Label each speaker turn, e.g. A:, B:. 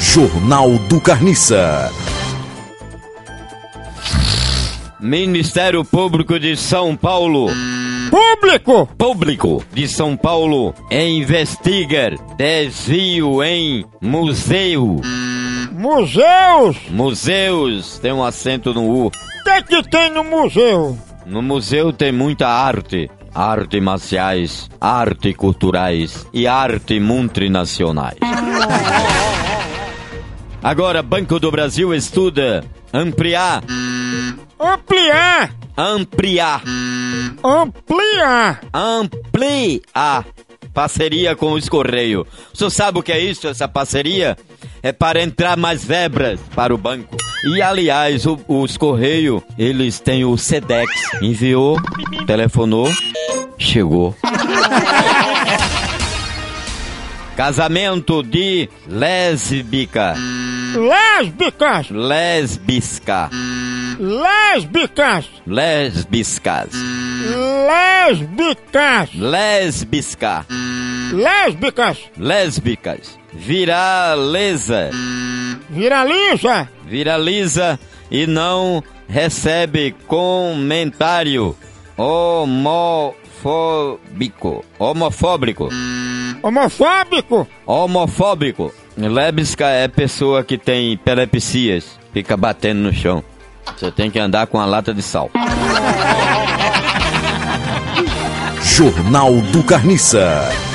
A: Jornal do Carniça.
B: Ministério Público de São Paulo.
C: Público!
B: Público de São Paulo investiga desvio em museu.
C: Museus!
B: Museus tem um acento no U.
C: O que, é que tem no museu?
B: No museu tem muita arte. Arte marciais, arte culturais e arte multinacionais. Agora, Banco do Brasil estuda ampliar,
C: Ampliar!
B: ampliar,
C: Ampliar!
B: ampliar parceria com os Correios. O senhor sabe o que é isso, essa parceria? É para entrar mais verbas para o banco. E, aliás, o- os Correios, eles têm o SEDEX. Enviou, telefonou, chegou. Casamento de lésbica.
C: Lésbicas!
B: Lésbica.
C: Lésbicas!
B: Lésbicas.
C: Lésbicas!
B: Lésbica.
C: Lésbicas!
B: Lésbicas. Viraliza.
C: Viraliza!
B: Viraliza e não recebe comentário homofóbico. Homofóbico.
C: Homofóbico!
B: Homofóbico. Lésbica é pessoa que tem perepsias. Fica batendo no chão. Você tem que andar com a lata de sal.
A: Jornal do Carniça.